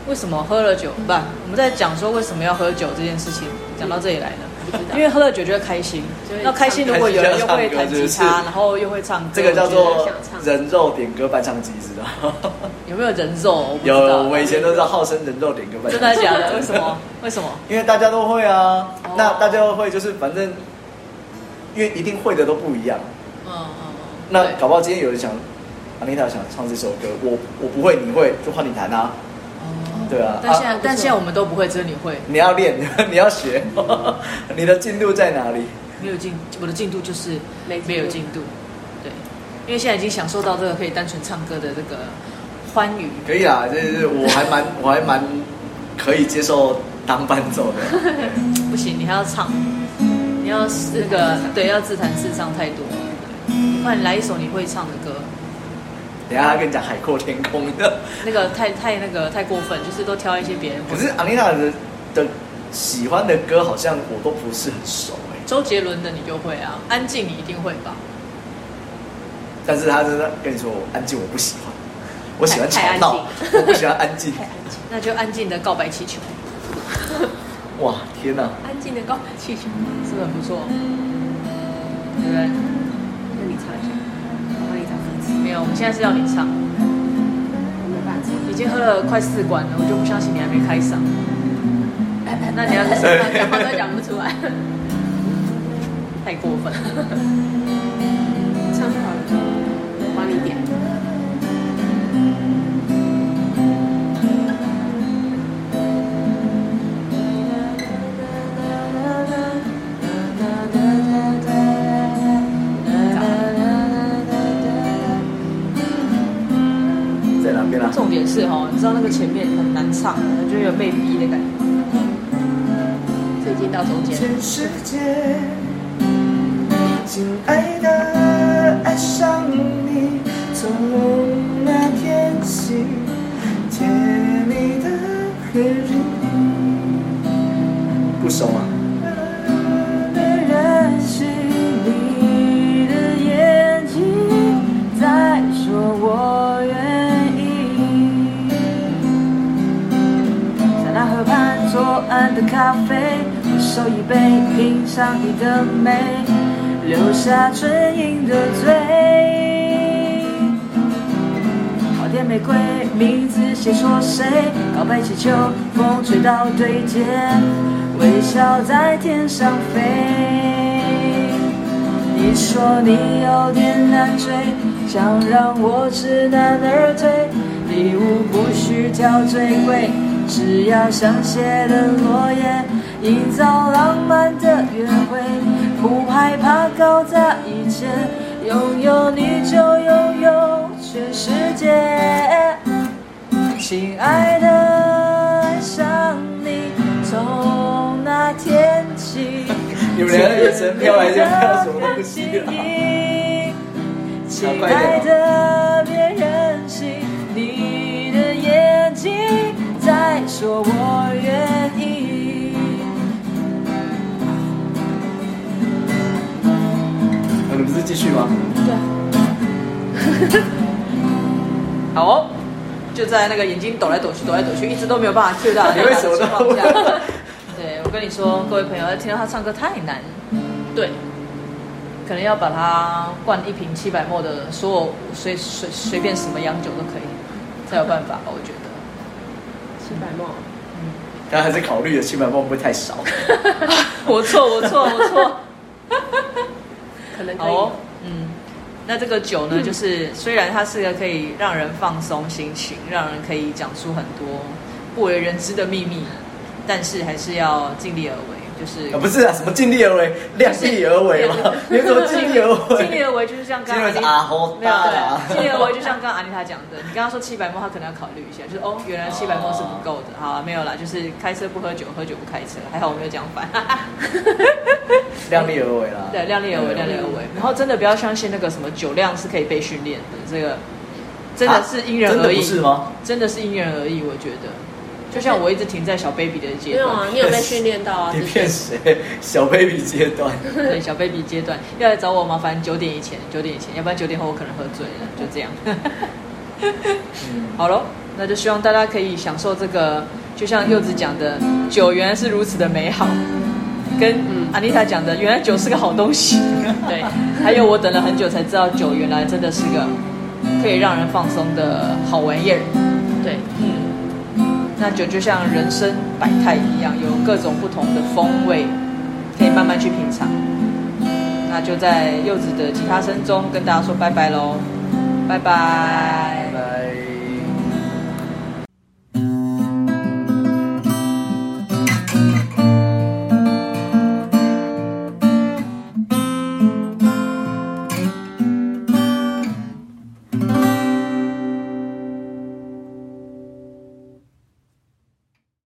[SPEAKER 2] 为什么喝了酒？不，我们在讲说为什么要喝酒这件事情，讲到这里来
[SPEAKER 4] 不
[SPEAKER 2] 呢
[SPEAKER 4] 知，道
[SPEAKER 2] 因为喝了酒就会开心
[SPEAKER 4] 就，会
[SPEAKER 2] 那开心如果有人又会弹吉
[SPEAKER 3] 开心就要唱歌是
[SPEAKER 2] 他，
[SPEAKER 3] 不是
[SPEAKER 2] 然后又会唱歌，
[SPEAKER 3] 这个叫
[SPEAKER 2] 我觉
[SPEAKER 3] 做
[SPEAKER 4] 想唱
[SPEAKER 3] 人肉点歌伴唱机，知道吗？
[SPEAKER 2] 得有没有人肉？我不知道
[SPEAKER 3] 有，我以前都是号称人肉点歌伴唱机。
[SPEAKER 2] 真的假的？为什么？为什么？
[SPEAKER 3] 因为大家都会啊
[SPEAKER 2] 哦，
[SPEAKER 3] 那大家都会就是反正，因为一定会的都不一样。
[SPEAKER 2] 嗯嗯嗯。
[SPEAKER 3] 那
[SPEAKER 2] 对
[SPEAKER 3] 搞不好今天有人想，阿丽塔想唱这首歌，我我不会，你会就换你弹啊，对啊。
[SPEAKER 2] 哦但现在、
[SPEAKER 3] 啊
[SPEAKER 2] 但现在我们都不会，只有你会。
[SPEAKER 3] 你要练， 你要学，你的进度在哪里？
[SPEAKER 2] 没有进，我的进度就是
[SPEAKER 4] 没进度
[SPEAKER 2] 没有进度。对，因为现在已经享受到这个可以单纯唱歌的这个欢愉。
[SPEAKER 3] 可以啦，就是我还蛮我还蛮可以接受当伴奏的。
[SPEAKER 2] 不行，你还要唱，你要那个对，要自弹自唱太多。对你快来一首你会唱的歌，
[SPEAKER 3] 等一下他跟你讲海阔天空的，
[SPEAKER 2] 那个太太那个太过分，就是都挑一些别人会。
[SPEAKER 3] 可是阿丽塔的的喜欢的歌好像我都不是很熟哎、
[SPEAKER 2] 周杰伦的你就会啊，安静你一定会吧？
[SPEAKER 3] 但是他真的跟你说，我安静我不喜欢，我喜欢吵闹，我不喜欢安静。
[SPEAKER 2] 那就安静的告白气球，
[SPEAKER 3] 哇，天哪、
[SPEAKER 4] 安静的告白气球。
[SPEAKER 2] 是不是很不错？嗯对不对？
[SPEAKER 4] 那你唱一下，我帮你找歌词，
[SPEAKER 2] 没有，我们现在是要你唱。
[SPEAKER 4] 我没办法唱。
[SPEAKER 2] 已经喝了快四罐了，我就不相信你还没开嗓。
[SPEAKER 4] 哎
[SPEAKER 2] 那你要是
[SPEAKER 3] 对
[SPEAKER 4] 讲话都讲不出来，
[SPEAKER 2] 太过分了。
[SPEAKER 4] 唱就好了，我帮你点。
[SPEAKER 2] 好
[SPEAKER 3] 啊
[SPEAKER 2] 重点是哦，你知道那个前面很难唱，就有被逼的感觉。
[SPEAKER 4] 最近到中间，
[SPEAKER 1] 全世界，亲爱的，爱上你，从那天起，甜蜜的和你
[SPEAKER 3] 不熟啊吗？
[SPEAKER 1] 的人是你的眼睛在说我愿意，在那河畔左岸的咖啡，我手一杯，品尝你的美，留下唇印的醉。花店玫瑰，名字写错谁？告白气球，风吹到对街，微笑在天上飞。你说你有点难追，想让我知难而退。礼物不需挑最贵，只要香榭的落叶，营造浪漫的约会，不害怕搞砸一切。拥有你就拥有全世界，亲爱的，爱上你，从那天起。
[SPEAKER 3] 你们两个眼神飘来飘去，飘什么东西啊？
[SPEAKER 1] 亲爱的，别任性，你的眼睛在说我愿意。
[SPEAKER 3] 你们不是继续 吗？
[SPEAKER 2] 好、哦，就在那个眼睛抖来抖去，抖来抖去，一直都没有办法 Q 到。
[SPEAKER 3] 你为什么都
[SPEAKER 2] 放不下？ 对，我跟你说，各位朋友，听到他唱歌太难，对，可能要把它灌一瓶七百沫的所有随随随便什么洋酒都可以，才有办法吧？我觉得。
[SPEAKER 4] 七百梦，
[SPEAKER 3] 但还是考虑了七百万会不会太少？
[SPEAKER 2] 我错，我错，我错。
[SPEAKER 4] 可能可
[SPEAKER 2] 好
[SPEAKER 4] 以。嗯
[SPEAKER 2] 哦，嗯，那这个酒呢，就是虽然它是个可以让人放松心情，让人可以讲出很多不为人知的秘密，但是还是要尽力而为，就是
[SPEAKER 3] 啊，不是啊，什么尽力而为，量力而为 嘛？你怎么尽力而
[SPEAKER 2] 尽力
[SPEAKER 3] 为？
[SPEAKER 2] 而为，就是 像
[SPEAKER 3] 尽力而
[SPEAKER 2] 刚刚
[SPEAKER 3] 为
[SPEAKER 2] 阿
[SPEAKER 3] 是
[SPEAKER 2] 妮
[SPEAKER 3] 阿猴
[SPEAKER 2] 没有
[SPEAKER 3] 大啊啦
[SPEAKER 2] 对，尽力而为就像刚刚阿妮塔讲的，你刚刚说七百沫，他可能要考虑一下，就是哦，原来七百沫是不够的，好、啊，没有啦，就是开车不喝酒，喝酒不开车，还好我没有讲反。
[SPEAKER 3] 量力而为啦。嗯
[SPEAKER 2] 对，量力而为，量力而为。然后真的不要相信那个什么酒量是可以被训练的，这个真的是因人
[SPEAKER 3] 啊
[SPEAKER 2] 而
[SPEAKER 3] 真的
[SPEAKER 2] 异，
[SPEAKER 3] 不是吗？
[SPEAKER 2] 真的是因人而异，我觉得。就像我一直停在小 baby 的阶
[SPEAKER 4] 没有啊
[SPEAKER 2] 段，，
[SPEAKER 4] 你有被训练到啊？
[SPEAKER 3] 你
[SPEAKER 4] 之前
[SPEAKER 3] 骗谁？ 小 baby 阶段，
[SPEAKER 2] 对小 baby 阶段要来找我，麻烦九点以前，九点以前，要不然九点后我可能喝醉了，就这样。好喽，那就希望大家可以享受这个，就像柚子讲的，酒原来是如此的美好，跟阿妮塔讲的，原来酒是个好东西。对，还有我等了很久才知道，酒原来真的是个可以让人放松的好玩意儿。
[SPEAKER 4] 对，
[SPEAKER 2] 嗯，那酒就像人生百态一样，有各种不同的风味，可以慢慢去品尝。那就在柚子的吉他声中跟大家说拜拜喽，拜拜
[SPEAKER 3] 拜。